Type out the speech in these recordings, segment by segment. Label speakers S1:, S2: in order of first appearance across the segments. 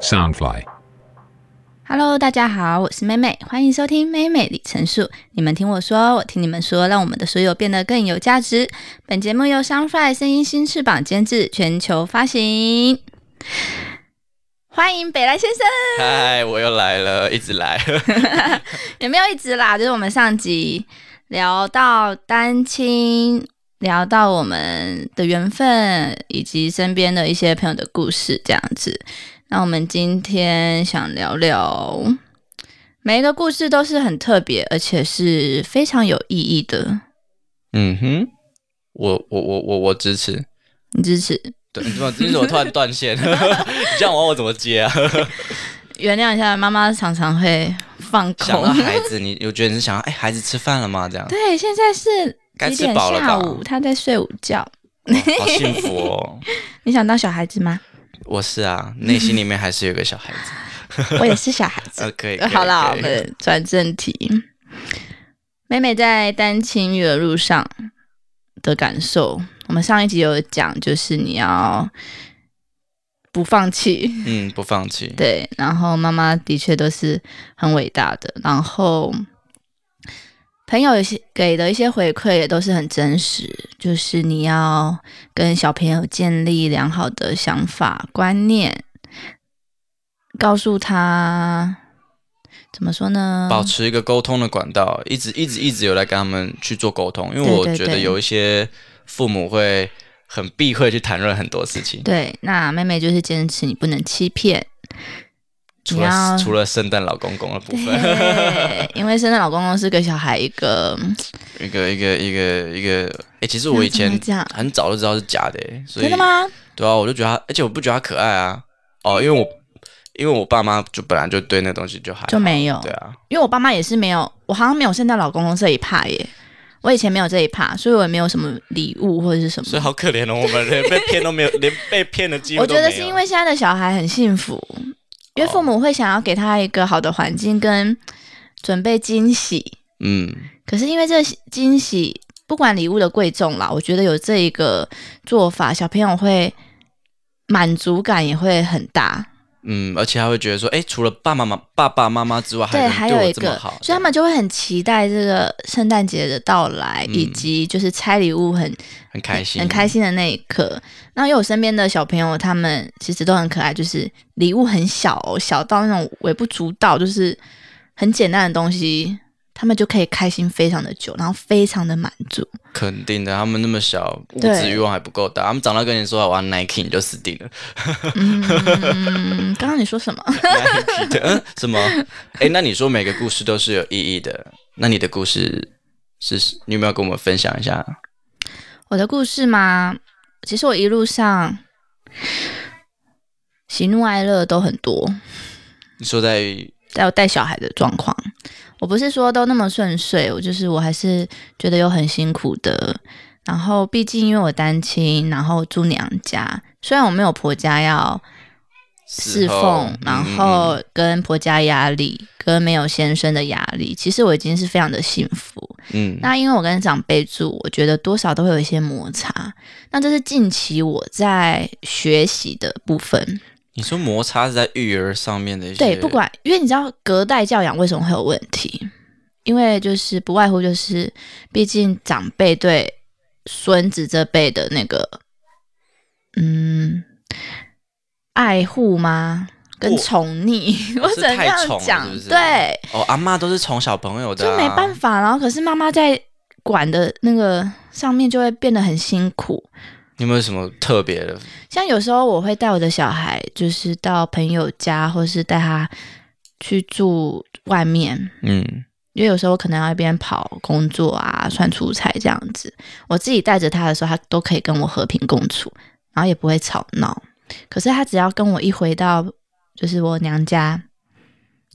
S1: Soundfly。
S2: Hello，大家好，我是妹妹，欢迎收听妹妹李陈述。你们听我说，我听你们说，让我们的所有变得更有价值。本节目由 Soundfly 声音新翅膀监制，全球发行。欢迎北来先生，
S3: 嗨，我又来了，一直来。
S2: 有没有一直啦？就是我们上集聊到单亲，聊到我们的缘分，以及身边的一些朋友的故事，这样子。那我们今天想聊聊，每一个故事都是很特别，而且是非常有意义的。
S3: 嗯哼，我我我我我支持。
S2: 你支持？
S3: 对，你怎么你怎么突然断线？ 你这样玩我怎么接啊？
S2: 原谅一下，妈妈常常会放
S3: 想
S2: 空
S3: 到。孩子，你我觉得你是想要哎，孩子吃饭了吗？这样，
S2: 对，现在是
S3: 该
S2: 几
S3: 吃
S2: 点？
S3: 饱了吧
S2: 下午，她在睡午觉。
S3: 哇好幸福哦。
S2: 你想当小孩子 吗？
S3: 我是啊，内心里面还是有个小孩 子。
S2: 我也是小孩子。
S3: 呃， 可以。
S2: 好啦，
S3: 了，
S2: 我
S3: 可以
S2: 们转正题。美美在单亲育儿路上的感受，我们上一集有讲，就是你要不放弃，
S3: 嗯，不放弃。
S2: 对。然后妈妈的确都是很伟大的，然后朋友有些给的一些回馈也都是很真实，就是你要跟小朋友建立良好的想法观念，告诉他怎么说呢？
S3: 保持一个沟通的管道，一直一直一直有来跟他们去做沟通，因为
S2: 对
S3: 我
S2: 对
S3: 觉得
S2: 对
S3: 有一些父母会很避讳去谈论很多事情，
S2: 对，那妹妹就是坚持你不能欺骗，
S3: 除
S2: 你要
S3: 了除了圣诞老公公的部分，
S2: 对，因为圣诞老公公是给小孩一个，
S3: 一个一个一个一个，哎、其实我以
S2: 那
S3: 前
S2: 怎么讲
S3: 很早就知道是假的、诶所以
S2: 真的？吗？
S3: 对啊，我就觉得他，而且我不觉得他可爱啊，哦，因为我因为我爸妈就本来就对那东西就还好
S2: 就没有
S3: 对啊，
S2: 因为我爸妈也是没有，我好像没有圣诞老公公这一趴耶，我以前没有这一趴，所以我也没有什么礼物或者是什
S3: 所以
S2: 么。
S3: 好可怜哦，我们连被骗 都没有，连被骗的机会
S2: 我
S3: 都
S2: 觉
S3: 没有。
S2: 得是因为现在的小孩很幸福，因为父母会想要给他一个好的环境跟准备惊喜，
S3: 嗯，
S2: 可是因为这惊喜，不管礼物的贵重啦，我觉得有这一个做法，小朋友会满足感也会很大。
S3: 嗯，而且他会觉得说，哎，除了爸妈妈、爸爸妈妈之外，
S2: 对，
S3: 还
S2: 还
S3: 有人
S2: 有
S3: 对
S2: 一
S3: 我这么
S2: 个
S3: 好，，
S2: 所以他们就会很期待这个圣诞节的到来，
S3: 嗯
S2: 以及就是拆礼物很
S3: 很开心，
S2: 很开。心的那一刻。然后因为我身边的小朋友，他们其实都很可爱，就是礼物很小哦、小到那种微不足道，就是很简单的东西，他们就可以开心非常的久，然后非常的满足。
S3: 肯定的，他们那么小，物
S2: 对
S3: 质欲望还不够大，他们长大跟你说我要 Nike，你就死定了。
S2: 嗯，刚刚你说什么？
S3: Nike 的 嗯 什么？哎，那你说每个故事都是有意义的，那你的故事是你有没有跟我们分享一下？
S2: 我的故事吗？其实我一路上喜怒哀乐都很多，
S3: 你说在于
S2: 在我带小孩的状况，我不是说都那么顺遂，我就是我还是觉得有很辛苦的。然后毕竟因为我单亲，然后住娘家，虽然我没有婆家要侍
S3: 后
S2: 奉，然
S3: 嗯
S2: 后跟婆家压力，跟没有先生的压力，其实我已经是非常的幸福。
S3: 嗯嗯
S2: 那因为我跟长辈住，我觉得多少都会有一些摩擦。那这是近期我在学习的部分。
S3: 你说摩擦是在育儿上面的一些，
S2: 对，不管，因为你知道隔代教养为什么会有问题，因为就是不外乎就是，毕竟长辈对孙子这辈的那个，嗯，爱护吗？跟
S3: 过
S2: 宠溺，我
S3: 哦是
S2: 只能这
S3: 太
S2: 样
S3: 宠了
S2: 讲，
S3: 是不是
S2: 对，
S3: 哦，阿妈都是宠小朋友的啊、
S2: 就没办法。然后可是妈妈在管的那个上面就会变得很辛苦。
S3: 你有没有什么特别的？
S2: 像有时候我会带我的小孩，就是到朋友家，或是带他去住外面，
S3: 嗯，
S2: 因为有时候我可能要一边跑工作啊、算出差这样子。我自己带着他的时候，他都可以跟我和平共处，然后也不会吵闹。可是他只要跟我一回到就是我娘家，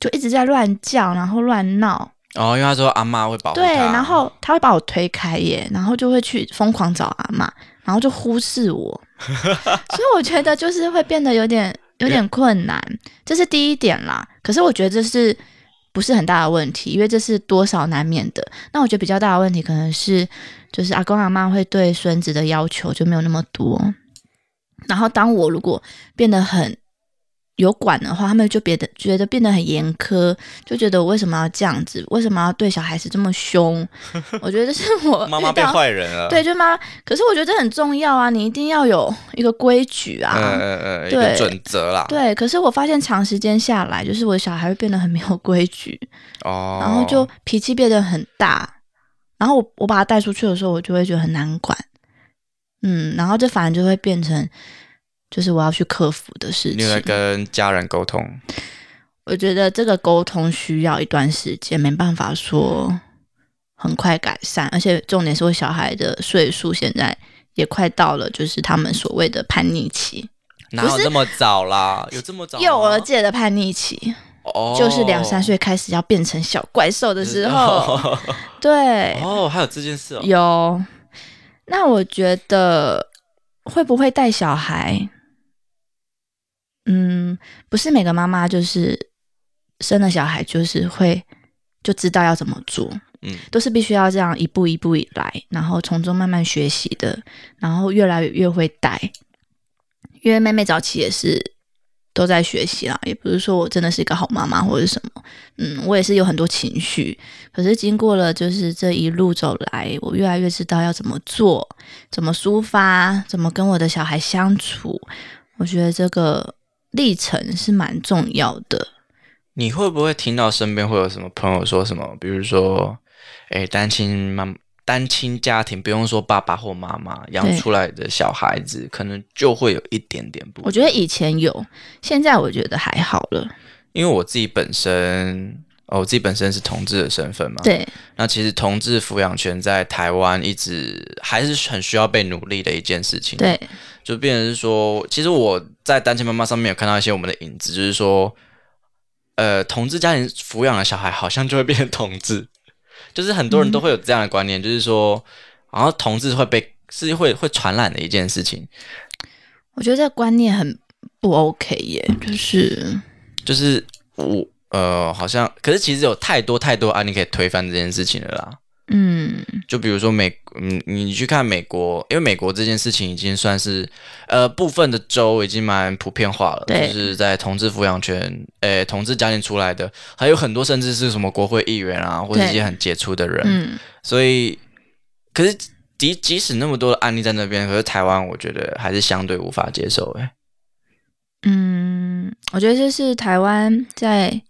S2: 就一直在乱叫，然后乱闹。
S3: 哦，因为他说阿妈会保护
S2: 对，
S3: 他
S2: 然后他会把我推开耶，然后就会去疯狂找阿妈，然后就忽视 我，所以我觉得就是会变得有点有点困难，这是第一点啦。可是我觉得这是不是很大的问题，因为这是多少难免的。那我觉得比较大的问题可能是，就是阿公阿妈会对孙子的要求就没有那么多。然后当我如果变得很有管的话，他们就变得觉得变得很严苛，就觉得我为什么要这样子，为什么要对小孩子这么 凶？我觉得这是我
S3: 妈妈
S2: 遇
S3: 变
S2: 到
S3: 坏人了。
S2: 对，就妈妈。可是我觉得这很重要啊，你一定要有一个规矩啊。
S3: 嗯嗯嗯，一
S2: 对
S3: 个准则啦。
S2: 对，可是我发现长时间下来，就是我的小孩会变得很没有规矩，
S3: 哦，
S2: 然后就脾气变得很大。然后我我把他带出去的时候，我就会觉得很难管，嗯，然后这反而就会变成就是我要去克服的事
S3: 你有在
S2: 情。
S3: 跟家人沟通，
S2: 我觉得这个沟通需要一段时间，没办法说很快改善，而且重点是我小孩的岁数现在也快到了，就是他们所谓的叛逆期，
S3: 哪有那么早啦？有这么早吗？
S2: 幼儿界的叛逆期，
S3: 哦，
S2: 就是两三岁开始要变成小怪兽的时候，
S3: 哦。
S2: 对，
S3: 哦，还有这件事哦。
S2: 有。那我觉得会不会带小孩？嗯，不是每个妈妈就是生了小孩就是会就知道要怎么做，
S3: 嗯，
S2: 都是必须要这样一步一步以来，然后从中慢慢学习的，然后越来越会带。因为妹妹早期也是都在学习啦，也不是说我真的是一个好妈妈或者什么，嗯，我也是有很多情绪，可是经过了就是这一路走来，我越来越知道要怎么做，怎么抒发，怎么跟我的小孩相处，我觉得这个历程是蛮重要的。
S3: 你会不会听到身边会有什么朋友说什么？比如说，哎，单亲妈单亲家庭，不用说爸爸或妈妈养
S2: 对
S3: 出来的小孩子，可能就会有一点点不一样。
S2: 我觉得以前有，现在我觉得还好了。
S3: 因为我自己本身，哦，我自己本身是同志的身份嘛，。
S2: 对，
S3: 那其实同志抚养权在台湾一直还是很需要被努力的一件事情。
S2: 对，
S3: 就变成是说，其实我在单亲妈妈上面有看到一些我们的影子，就是说，呃，同志家庭抚养的小孩好像就会变成同志，就是很多人都会有这样的观念，就是说，然后同志会被是会会传染的一件事情，
S2: 我觉得这个观念很不 OK 耶，就是
S3: 就是我呃，好像可是其实有太多太多案例可以推翻这件事情了啦。
S2: 嗯，
S3: 就比如说美，嗯，你去看美国，因为美国这件事情已经算是，呃，部分的州已经蛮普遍化了，
S2: 对
S3: 就是在同志抚养权，诶，同志家庭出来的，还有很多甚至是什么国会议员啊，或者
S2: 对
S3: 一些很杰出的人，
S2: 嗯，
S3: 所以，可是即即使那么多的案例在那边，可是台湾我觉得还是相对无法接受、欸，
S2: 嗯，我觉得这是台湾在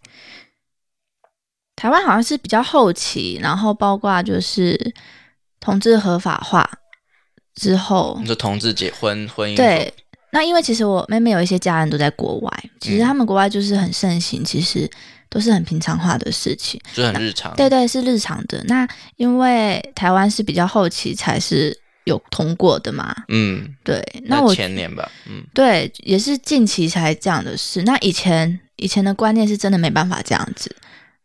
S2: 台湾好像是比较后期，然后包括就是同志合法化之后
S3: 你，说同志结婚婚姻，
S2: 对，那因为其实我妹妹有一些家人都在国外，其实
S3: 嗯
S2: 他们国外就是很盛行，其实都是很平常化的事情。
S3: 就很日常，
S2: 对对，是日常的。那因为台湾是比较后期才是有通过的嘛，
S3: 嗯，
S2: 对。那我
S3: 前年吧，嗯，
S2: 对，也是近期才这样的事。那以前以前的观念是真的没办法这样子，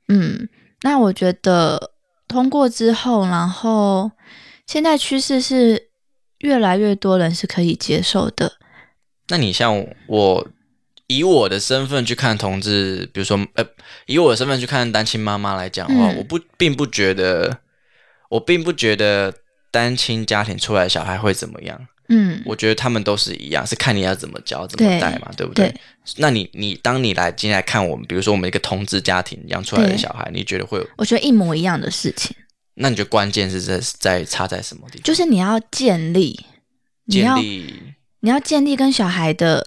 S2: 嗯。那我觉得通过之后，然后现在趋势是越来越多人是可以接受的，
S3: 那你像我，以我的身份去看同志，比如说，呃，以我的身份去看单亲妈妈来讲的话，
S2: 嗯
S3: 我不并不觉得，我并不觉得单亲家庭出来的小孩会怎么样。
S2: 嗯，
S3: 我觉得他们都是一样，是看你要怎么教、怎么
S2: 对
S3: 带嘛，对不
S2: 对
S3: 对？那你你当你来进来看我们，比如说我们一个同志家庭养出来的
S2: 对
S3: 小孩，你觉得会有？
S2: 我觉得一模一样的事情，
S3: 那你觉得关键是在在差在什么地方？
S2: 就是你要建立，你
S3: 建
S2: 要
S3: 立
S2: 你要建立跟小孩的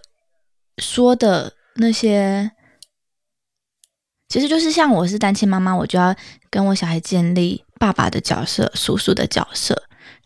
S2: 说的那些，其实就是像我是单亲妈妈，我就要跟我小孩建立爸爸的角色、叔叔的角色。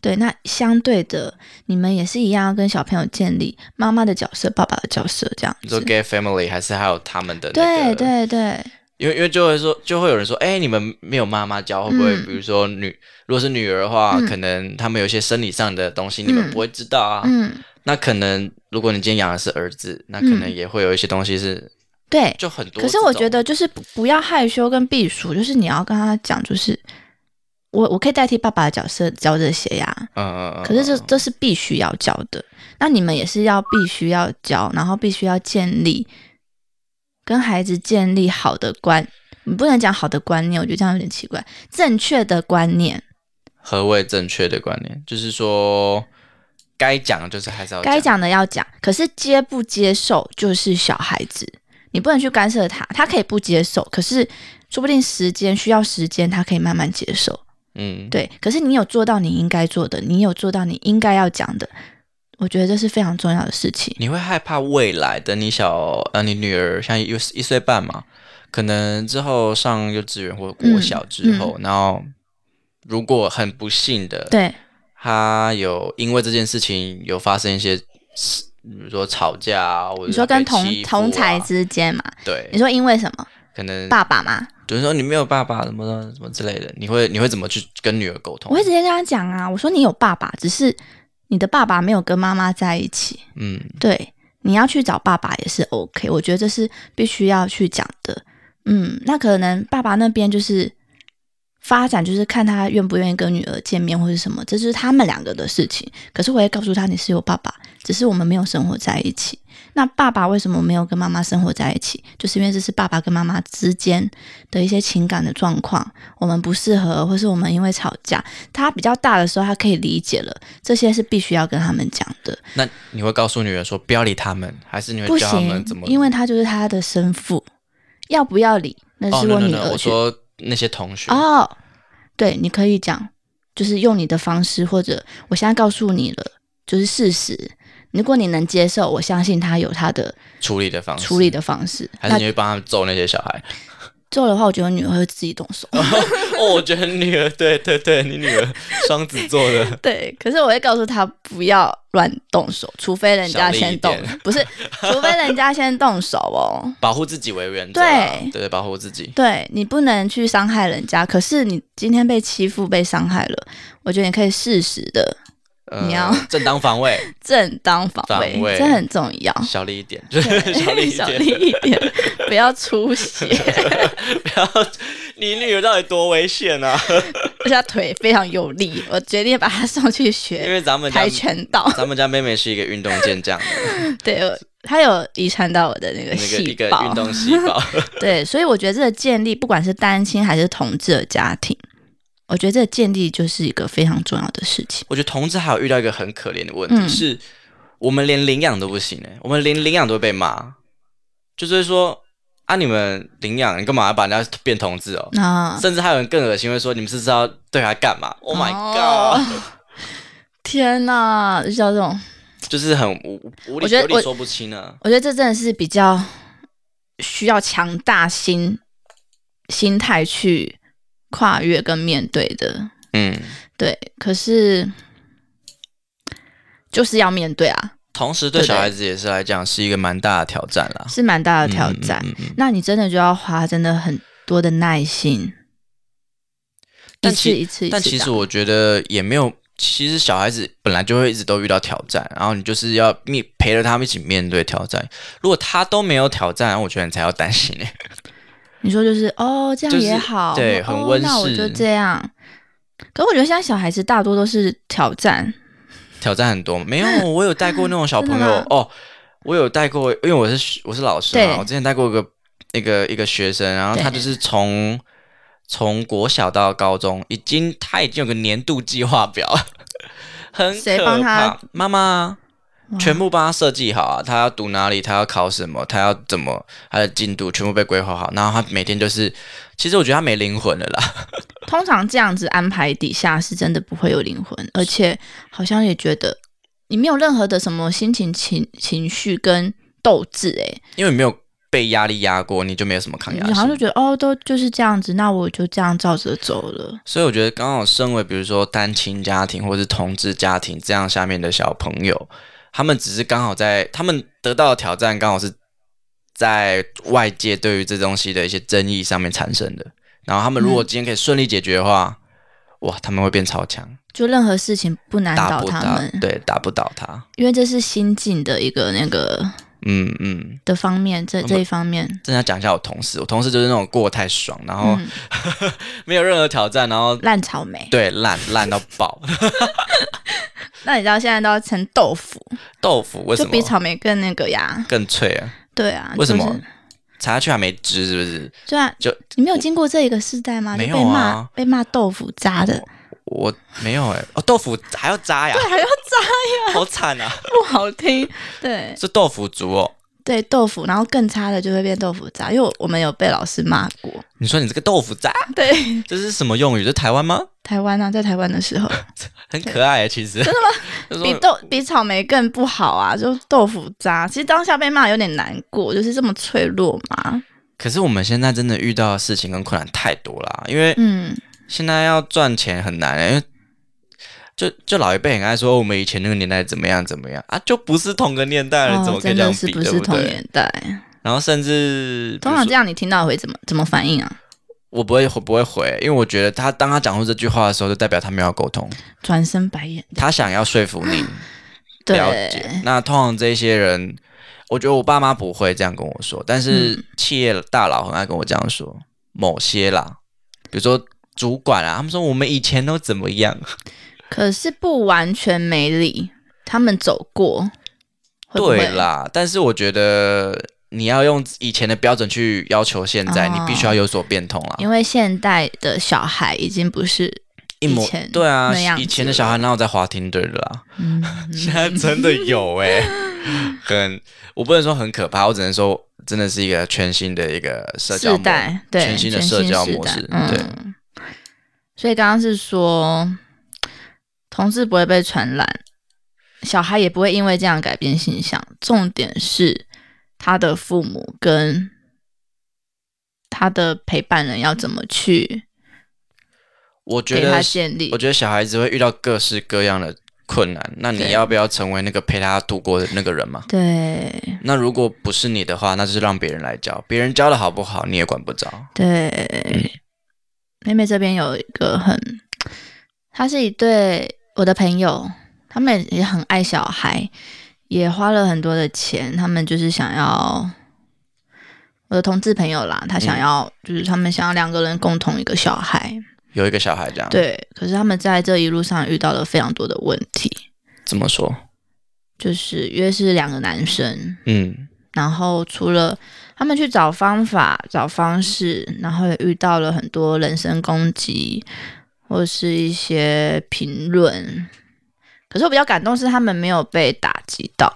S2: 对，那相对的，你们也是一样，要跟小朋友建立妈妈的角色、爸爸的角色这样
S3: 你说
S2: 子。
S3: gay family 还是还有他们的那
S2: 对
S3: 个啊
S2: 对对，
S3: 因为因为就会说，就会有人说，哎、你们没有妈妈教，会不会？
S2: 嗯
S3: 比如说女，如果是女儿的话，
S2: 嗯
S3: 可能他们有一些生理上的东西，你们
S2: 嗯
S3: 不会知道啊。
S2: 嗯，
S3: 那可能如果你今天养的是儿子，那可能也会有一些东西是、
S2: 对。
S3: 就很多。
S2: 可是我觉得，就是不不要害羞跟避暑，就是你要跟他讲，就是我我可以代替爸爸的角色教这些呀、
S3: 嗯，嗯嗯嗯。
S2: 可是这
S3: 嗯
S2: 这是必须要教的，那你们也是要必须要教，然后必须要建立跟孩子建立好的观，你不能讲好的观念，我觉得这样有点奇怪。正确的观念，
S3: 何谓正确的观念？就是说，该讲的就是还是要
S2: 该讲的要讲，可是接不接受就是小孩子。你不能去干涉他，他可以不接受，可是说不定时间需要时间，他可以慢慢接受。
S3: 嗯，
S2: 对，可是你有做到你应该做的，你有做到你应该要讲的，我觉得这是非常重要的事情。
S3: 你会害怕未来等你小呃你女儿像有一岁半嘛，可能之后上幼稚园或国小之后，然后如果很不幸的，
S2: 嗯对，
S3: 她有因为这件事情有发生一些事，比如说吵架啊，或者
S2: 你说跟同、
S3: 她被欺负啊
S2: 同才之间嘛？你
S3: 对，嗯
S2: 说因为什么？
S3: 可能
S2: 爸爸嘛？
S3: 比如说你没有爸爸什么的什么之类的，你会你会怎么去跟女儿沟通？
S2: 我会直接跟他讲啊，我说你有爸爸，只是你的爸爸没有跟妈妈在一起。
S3: 嗯
S2: 对，你要去找爸爸也是 OK，我觉得这是必须要去讲的。嗯，那可能爸爸那边就是发展，就是看他愿不愿意跟女儿见面或是什么，这就是他们两个的事情。可是我会告诉他，你是有爸爸，只是我们没有生活在一起。那爸爸为什么没有跟妈妈生活在一起？就是因为这是爸爸跟妈妈之间的一些情感的状况，我们不适合，或是我们因为吵架。他比较大的时候，他可以理解了，这些是必须要跟他们讲的。
S3: 那你会告诉女儿说不要理他们，还是你
S2: 不
S3: 会哎教他
S2: 行
S3: 们怎么？，
S2: 因为他就是他的生父，要不要理那
S3: 哦
S2: 是
S3: no, no,
S2: 女
S3: no，
S2: 儿
S3: 我
S2: 去。
S3: 说那些同学，
S2: 哦，对，你可以讲，就是用你的方式，或者我现在告诉你了，就是事实。如果你能接受，我相信他有他的
S3: 处理的方式，
S2: 处理的方式。
S3: 还哦是
S2: 那
S3: 你会帮他们揍那些小孩？
S2: 做的话，我觉得女儿会自己动手。
S3: 哦，我觉得你女儿， 对对对，你女儿 双子座的，
S2: 对，可是我会告诉他不要乱动手，除非人家
S3: 小力一
S2: 先动
S3: 点，
S2: 不是，除非人家先动手哦。
S3: 保护自己为原则啊，
S2: 对
S3: 对，保护自己。
S2: 对你不能去伤害人家，可是你今天被欺负、被伤害了，我觉得你可以适时的
S3: 呃
S2: 你要
S3: 正当防卫，
S2: 正当防卫，
S3: 防卫
S2: 这很重要。
S3: 小力一点，就是 小力一
S2: 哦小
S3: 点
S2: 力，一点，不要出血，
S3: 不要。你女儿到底多危险啊？
S2: 而且她腿非常有力，我决定把她送去
S3: 因
S2: 学
S3: 为咱们家
S2: 跆拳道。
S3: 咱们家妹妹是一个运动健将的，
S2: 对，我她有遗传到我的那个
S3: 那个
S2: 细
S3: 一个
S2: 胞
S3: 运。动细胞。
S2: 对，所以我觉得这个建立，不管是单亲还是同志的家庭，我觉得这个建立就是一个非常重要的事情。
S3: 我觉得同志还有遇到一个很可怜的问题，
S2: 嗯
S3: 是我们连领养都不行哎、我们连领养都会被骂，就是说啊，你们领养，你干嘛要把人家变同志哦？
S2: 那
S3: 甚至还有人更恶心，会说你们是知道对他干嘛？Oh
S2: 哦
S3: my god！、
S2: 天呐，就叫这种，
S3: 就是很无无
S2: 我
S3: 理
S2: 觉得
S3: 有理
S2: 我
S3: 说不清啊。
S2: 我觉得这真的是比较需要强大心心态去跨越跟面对的。
S3: 嗯，
S2: 对，可是就是要面对啊，
S3: 同时对
S2: 对对
S3: 小孩子也是来讲是一个蛮大的挑战啦，
S2: 是蛮大的挑
S3: 嗯
S2: 战。
S3: 嗯嗯嗯
S2: 那你真的就要花真的很多的耐心，一
S3: 但
S2: 次
S3: 其
S2: 一次一次
S3: 但其
S2: 这
S3: 实
S2: 样
S3: 我觉得也没有，其实小孩子本来就会一直都遇到挑战，然后你就是要面陪着他们一起面对挑战。如果他都没有挑战，然后我觉得你才要担心呢。
S2: 你说就是哦，这样
S3: 就是
S2: 也好，
S3: 对很温
S2: 哦，那我
S3: 室
S2: 就这样。可我觉得现在小孩子大多都是挑战，
S3: 挑战很多，没 有，我有带过那种小朋
S2: 真的
S3: 友
S2: 吗
S3: 哦，我有带过，因为我是我是老师
S2: 对
S3: 嘛，我之前带过一个一个一个学生，然后他
S2: 对
S3: 就是从。从国小到高中，已经他已经有个年度计划表 了，很可怕。
S2: 谁帮他
S3: 妈妈啊
S2: 哇
S3: 全部帮他设计好啊，他要读哪里，他要考什么，他要怎么，他的进度全部被规划好。然后他每天就是，其实我觉得他没灵魂了啦。
S2: 通常这样子安排底下是真的不会有灵魂，而且好像也觉得你没有任何的什么心情、情情绪跟斗志、欸，
S3: 因为没有被压力压过，你就没有什么抗
S2: 你
S3: 哎压
S2: 好像就
S3: 性。
S2: 觉得哦，都就是这样子，那我就这样照着走了。
S3: 所以我觉得，刚好身为比如说单亲家庭或是同志家庭这样下面的小朋友，他们只是刚好在他们得到的挑战，刚好是在外界对于这东西的一些争议上面产生的。然后他们如果今天可以顺利解决的
S2: 嗯
S3: 话，哇，他们会变超强，
S2: 就任何事情不难
S3: 打
S2: 倒
S3: 不
S2: 他
S3: 到
S2: 们，，
S3: 对，打不倒他。
S2: 因为这是心境的一个那个
S3: 嗯，嗯，
S2: 的方面，这
S3: 们
S2: 这一方面，
S3: 正要讲一下我同事，我同事就是那种过得太爽，然后、
S2: 嗯，
S3: 没有任何挑战，然后
S2: 烂草莓。
S3: 对烂烂到爆。
S2: 那你知道现在都要成豆腐，
S3: 豆腐为什
S2: 就
S3: 么
S2: 比草莓更那个呀？
S3: 更脆啊？
S2: 对啊，
S3: 为什
S2: 就
S3: 么
S2: 是？
S3: 踩下去还没汁，是不是？
S2: 对啊，
S3: 就
S2: 你没有经过这一个世代吗？就
S3: 没有
S2: 被骂、
S3: 啊
S2: 被骂豆腐渣的，
S3: 我没有哎、哦，豆腐还要扎呀，
S2: 还要
S3: 好惨啊！
S2: 不好听。对，
S3: 是豆腐足哦，
S2: 对豆腐，然后更差的就会变豆腐渣，因为我我们有被老师骂过。
S3: 你说你这个豆腐渣，
S2: 对，
S3: 这是什么用语？这是台湾吗？
S2: 台湾啊，在台湾的时候，
S3: 很可爱，欸其实真的
S2: 比豆比草莓更不好啊，就豆腐渣。其实当下被骂有点难过，就是这么脆弱嘛。
S3: 可是我们现在真的遇到的事情跟困难太多啦，因为
S2: 嗯，
S3: 现在要赚钱很难、欸因为就就老一辈很爱说我们以前那个年代怎么样怎么样啊，就不是同个年代了，
S2: 哦
S3: 哎怎么可以
S2: 真
S3: 这样
S2: 的是
S3: 比，
S2: 不
S3: 对
S2: 是
S3: 不
S2: 同
S3: 对？
S2: 年代？
S3: 然后甚至比
S2: 通
S3: 如
S2: 常
S3: 说
S2: 这样，你听到会怎么怎么反应啊？
S3: 我不会我不会回，因为我觉得他当他讲出这句话的时候，就代表他没有要沟通，
S2: 转身白眼。
S3: 他想要说服你了
S2: 对，
S3: 解。那通常这些人，我觉得我爸妈不会这样跟我说，但是
S2: 嗯
S3: 企业大佬很爱跟我这样说，某些啦，比如说主管啊，他们说我们以前都怎么样，
S2: 可是不完全没理，他们走过，会不会
S3: 对，啦，但是我觉得你要用以前的标准去要求现在，
S2: 哦
S3: 你必须要有所变通啦。
S2: 因为现代的小孩已经不是
S3: 一模
S2: 以前
S3: 对啊
S2: 那样，子
S3: 以前的小孩哪有在滑听对的啊啦？
S2: 嗯，
S3: 现在真的有 哎、很我不能说很可怕，我只能说真的是一个全新的一个 社交
S2: 世
S3: 模
S2: 代对
S3: 全新的社交模式
S2: 全新世代嗯、所以刚刚是说，同志不会被传染，小孩也不会因为这样改变形象。重点是他的父母跟他的陪伴人要怎么去
S3: 我觉
S2: 给
S3: 得
S2: 他建立
S3: 我。觉得小孩子会遇到各式各样的困难，那你
S2: 对
S3: 要不要成为那个陪他度过的那个人嘛？
S2: 对
S3: 那如果不是你的话，那就是让别人来教，别人教的好不好你也管不着。
S2: 对，妹妹这边有一个很，她是一对我的朋友，他们也很爱小孩，也花了很多的钱，他们就是想要我的同志朋友啦，他想要、就是他们想要两个人共同一个小孩，
S3: 有一个小孩这样，，
S2: 对，可是他们在这一路上遇到了非常多的问题，
S3: 怎么说？
S2: 就是约是两个男生，
S3: 嗯，
S2: 然后除了他们去找方法、找方式，然后也遇到了很多人身攻击或是一些评论。可是我比较感动是他们没有被打击到，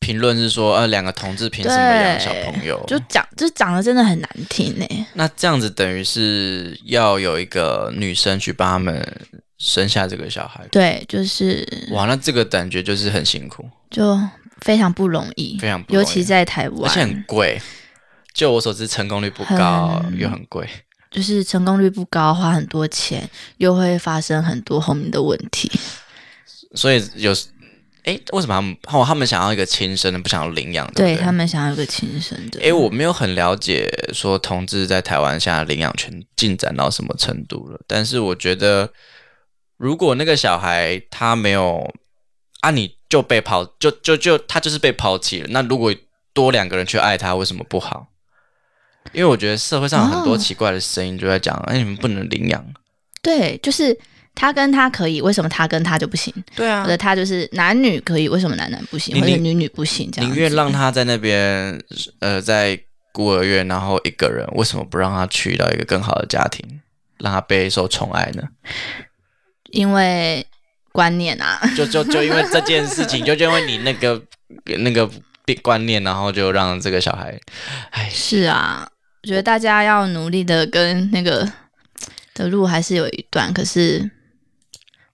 S3: 评论是说，呃，两个同志凭什么养小朋友？
S2: 就讲就讲的真的很难听欸呢、
S3: 那这样子等于是要有一个女生去帮他们生下这个小孩。
S2: 对，就是
S3: 哇，那这个感觉就是很辛苦，
S2: 就非常不容易，
S3: 非常不容
S2: 尤
S3: 易
S2: 其在台湾，
S3: 而且很贵。就我所知，成功率不高，
S2: 很
S3: 又很贵。
S2: 就是成功率不高，花很多钱，又会发生很多后面的问题。
S3: 所以有，哎，为什么他们哦，他们想要一个亲生的，不想要领养？对
S2: 对
S3: 不对
S2: 他们想要有个亲生的，
S3: 哎、我没有很了解说同志在台湾现在领养权进展到什么程度了，但是我觉得，如果那个小孩他没有啊，你就被抛，就就就他就是被抛弃了。那如果多两个人去爱他，为什么不好？因为我觉得社会上有很多
S2: 哦
S3: 奇怪的声音就在讲，哎、你们不能领养。
S2: 对，就是他跟他可以，为什么他跟他就不行？
S3: 对啊
S2: 我的他就是男女可以，为什么男男不行，
S3: 你
S2: 或者
S3: 宁
S2: 女女不行？这样
S3: 宁愿
S2: 子
S3: 让他在那边，呃，在孤儿院，然后一个人，为什么不让他去到一个更好的家庭，让他备受宠爱呢？
S2: 因为观念啊，
S3: 就就就因为这件事情，就因为你那个那个观念，然后就让这个小孩，哎，
S2: 是啊，我觉得大家要努力的跟那个的路还是有一段，可是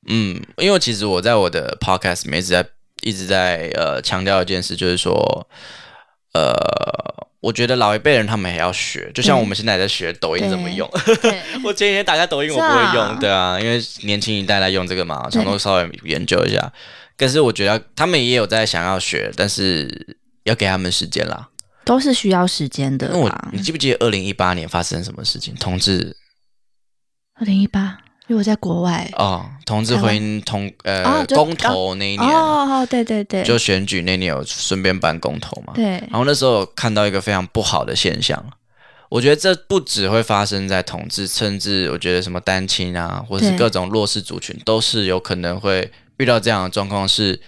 S3: 嗯，因为其实我在我的 podcast 里面一直在一直在呃强调一件事，就是说，呃，我觉得老一辈人他们也要学，就像我们现在也在学抖音怎么用。
S2: 嗯 对
S3: 我前几天打开抖音，我不
S2: 是啊
S3: 会用，对啊，因为年轻一代来用这个嘛，想说稍微研究一下。但是我觉得他们也有在想要学，但是要给他们时间啦。
S2: 都是需要时间的
S3: 那我
S2: 啦。
S3: 你记不记得二零一八年发生什么事情？同志
S2: 二零一八，因为我在国外
S3: 哦，同志婚姻同呃、
S2: 哦就
S3: 公投那一年，
S2: 哦，对对对，
S3: 就选举那年有顺便办公投嘛。
S2: 对
S3: 然后那时候有看到一个非常不好的现象，我觉得这不只会发生在同志，甚至我觉得什么单亲啊，或是
S2: 对
S3: 各种弱势族群，都是有可能会遇到这样的状况是。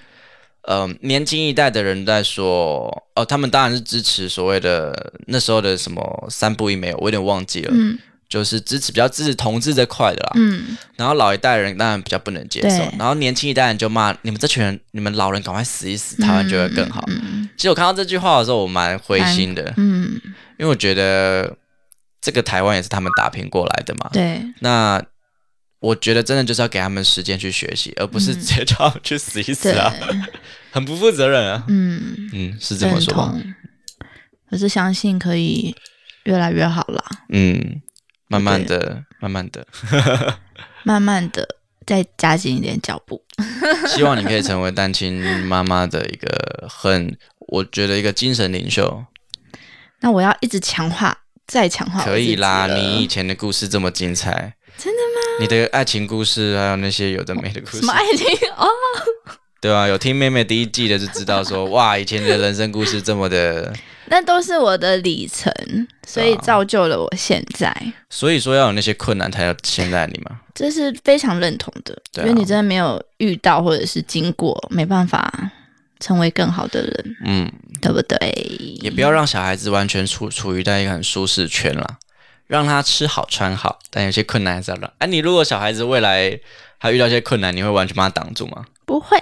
S3: 呃，年轻一代的人在说，哦，他们当然是支持所谓的那时候的什么三不一没有，我有点忘记了，
S2: 嗯
S3: 就是支持比较支持同志这块的啦。
S2: 嗯，
S3: 然后老一代人当然比较不能接受
S2: 对，
S3: 然后年轻一代人就骂你们这群人，你们老人赶快死一死，台湾就会更好。
S2: 嗯嗯嗯
S3: 其实我看到这句话的时候，我蛮灰心的，
S2: 嗯，
S3: 因为我觉得这个台湾也是他们打拼过来的嘛。
S2: 对，
S3: 那我觉得真的就是要给他们时间去学习，而不是直接叫他们去死一死
S2: 嗯对，
S3: 啊， 很不负责任啊。
S2: 嗯，
S3: 嗯，是这
S2: 认
S3: 么说吧。
S2: 同。可是相信可以越来越好啦，
S3: 嗯，慢慢的，慢慢的，
S2: 慢慢的再加紧一点脚步。
S3: 希望你可以成为单亲妈妈的一个很，我觉得一个精神领袖。
S2: 那我要一直强化，再强化我
S3: 可以啦，
S2: 自己了
S3: 你以前的故事这么精彩，
S2: 真的吗？
S3: 你的爱情故事还有那些有的没的故
S2: 什
S3: 事
S2: 么，爱 情？哦，
S3: 对啊，有听妹妹第一季的就知道说，哇，以前你的人生故事这么的，
S2: 那都是我的里程，所以造就了我现在。
S3: 所以说要有那些困难才有现在你嘛。
S2: 这是非常认同的，
S3: 对啊
S2: 因为你真的没有遇到或者是经过，没办法成为更好的人，
S3: 嗯，
S2: 对不对？嗯
S3: 也不要让小孩子完全处处于在一个很舒适圈啦，让他吃好穿好，但有些困难还是要让。哎、你如果小孩子未来他遇到一些困难，你会完全把他挡住吗？
S2: 不会，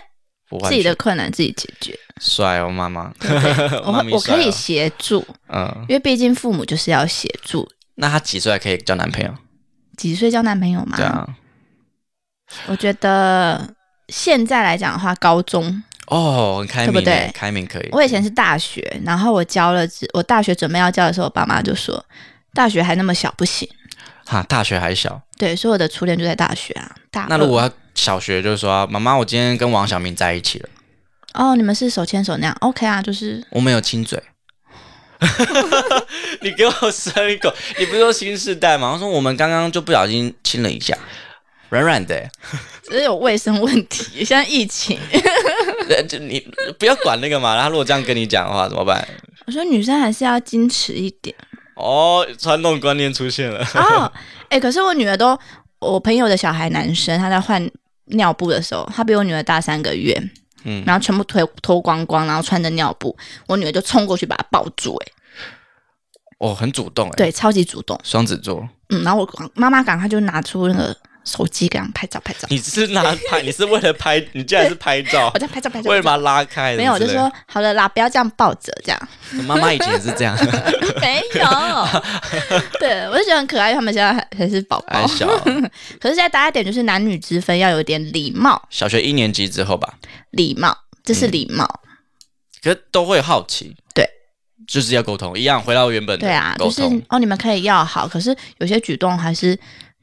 S3: 不会。
S2: 自己的困难自己解决。
S3: 帅哦，妈妈，
S2: 我
S3: 妈咪
S2: 会我
S3: 帅
S2: 可
S3: 哦
S2: 以协助，
S3: 嗯，
S2: 因为毕竟父母就是要协助。
S3: 那他几岁还可以交男朋友？
S2: 几岁交男朋友嘛？
S3: 对啊，
S2: 我觉得现在来讲的话，高中
S3: 哦，很开明耶，
S2: 对不对
S3: 开明可以。
S2: 我以前是大学，然后我交了之，我大学准备要交的时候，我爸妈就说大学还那么小不行。
S3: 哈，大学还小，
S2: 对，所以我的初恋就在大学啊。大
S3: 那
S2: 二
S3: 如果他小学就是说，妈妈，我今天跟王小明在一起了，
S2: 哦，你们是手牵手那样，OK 啊，就是
S3: 我们有亲 嘴。你给我生一口，你不是说新时代吗？我说我们刚刚就不小心亲了一下，软软的耶。
S2: 只是有卫生问题， 现在疫情。
S3: 呃就你不要管那个嘛。然后他如果这样跟你讲的话，怎么办？
S2: 我说女生还是要矜持一点
S3: 哦，传统观念出现了。
S2: 哦。哎、可是我女儿都，我朋友的小孩男生，他在换尿布的时候，他比我女儿大三个月，
S3: 嗯
S2: 然后全部脱脱光光，然后穿着尿布，我女儿就冲过去把他抱住、哎，
S3: 哦，很主动哎。，
S2: 对，超级主动。
S3: 双子座，
S2: 嗯，然后我妈妈赶快就拿出那个手机给他们拍照拍照，
S3: 你是拿拍，你是为了拍，你竟然是拍照
S2: 我，在拍照拍照
S3: 哦为了
S2: 拍照。
S3: 把它拉开。
S2: 没有，我就
S3: 之类的
S2: 说好了啦，不要这样抱着，这样
S3: 妈妈以前也是 这样，
S2: 没有。 对，我就觉得很可爱，因为他们现在还还是宝宝
S3: 还。哎小，
S2: 可是现在大家一点就是男女之分，要有点礼貌，
S3: 小学一年级之后吧，
S2: 礼貌，这
S3: 嗯
S2: 是礼貌。
S3: 可是都会好奇，
S2: 对，
S3: 就是要沟通，一样回到原本的
S2: 对啊，
S3: 沟
S2: 就是
S3: 通，
S2: 哦，你们可以要好，可是有些举动还是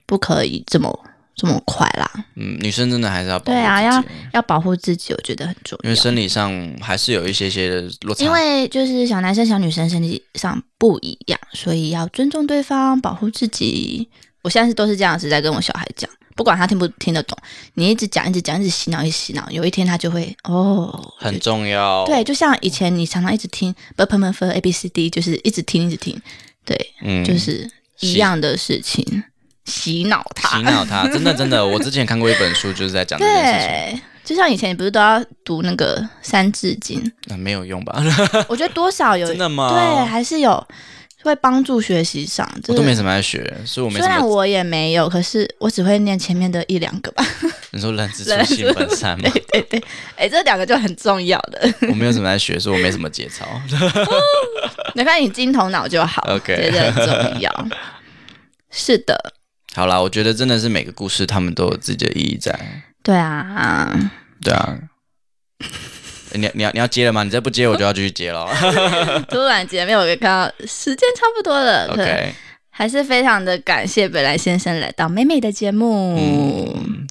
S2: 不可以这么这么快啦，
S3: 嗯，女生真的还是要保护
S2: 对啊
S3: 自己，
S2: 要保护自己，我觉得很重
S3: 因为
S2: 要。
S3: 生理上还是有一些些的落差，
S2: 因为就是小男生、小女生身体上不一样，所以要尊重对方，保护自己。我现在是都是这样子在跟我小孩讲，不管他听不听得懂，你一直讲、一直讲、一直洗脑、一直洗脑，有一天他就会哦，
S3: 很重要，
S2: 对，，就像以前你常常一直听不喷喷分 A B C D，就是一直听一直听，对，
S3: 嗯，
S2: 就是一
S3: 洗
S2: 样的事情，洗脑
S3: 洗
S2: 他。
S3: 脑他，真的真的，我之前看过一本书，就是在讲这件事情，
S2: 对，就像以前你不是都要读那个《三字经》
S3: 那没有用吧？
S2: 我觉得多少有
S3: 真的吗？
S2: 对，，还是有会帮助学习上。
S3: 我
S2: 就
S3: 都没
S2: 是
S3: 什么在学，所以我没
S2: 虽
S3: 什
S2: 然
S3: 么。
S2: 我也没有，可是我只会念前面的一两个吧。
S3: 你说人之初
S2: 人之
S3: 性本善嘛，
S2: 对对，哎，这两个就很重要的。
S3: 我没有什么在学，所以我没什么节操。
S2: 没关系，你金头脑就好
S3: OK
S2: 觉得很重 要。是的，
S3: 好啦，我觉得真的是每个故事他们都有自己的意义在。
S2: 对啊，
S3: 对啊，你要你要你要接了吗？你再不接我就要继续接了。
S2: 突然间没有看到时间差不多了可
S3: OK，
S2: 还是非常的感谢北兰先生来到美美的节目，
S3: 嗯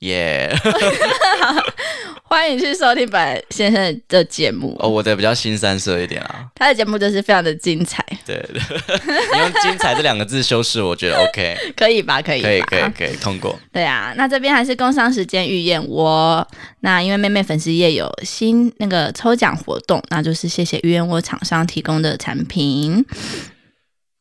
S3: 耶、
S2: 欢迎去收听北兰先生的节目
S3: 哦，我的比较新三色一点啊。
S2: 他的节目就是非常的精彩，
S3: 对，对 你用“精彩”这两个字修饰，我觉得 OK，
S2: 可以吧？可以吧？
S3: 可以，可以，可以通过。
S2: 对啊，那这边还是工商时间预验窝。那因为妹妹粉丝页有新那个抽奖活动，那就是谢谢预验窝厂商提供的产品。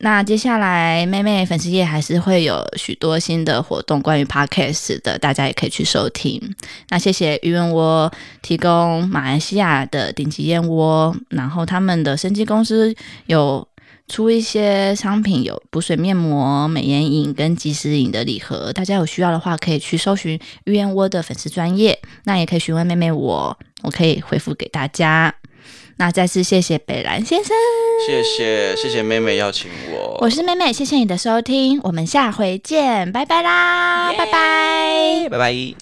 S2: 那接下来妹妹粉丝页还是会有许多新的活动，关于 podcast 的，大家也可以去收听。那谢谢鱼燕窝提供马来西亚的顶级燕窝，然后他们的生机公司有出一些商品，有补水面膜、美颜饮跟即时饮的礼盒，大家有需要的话可以去搜寻鱼燕窝的粉丝专业，那也可以询问妹妹我，我可以回复给大家。那再次谢谢北兰先生，
S3: 谢谢谢谢妹妹邀请我，
S2: 我是妹妹，谢谢你的收听，我们下回见，拜拜啦，拜拜。
S3: 拜拜。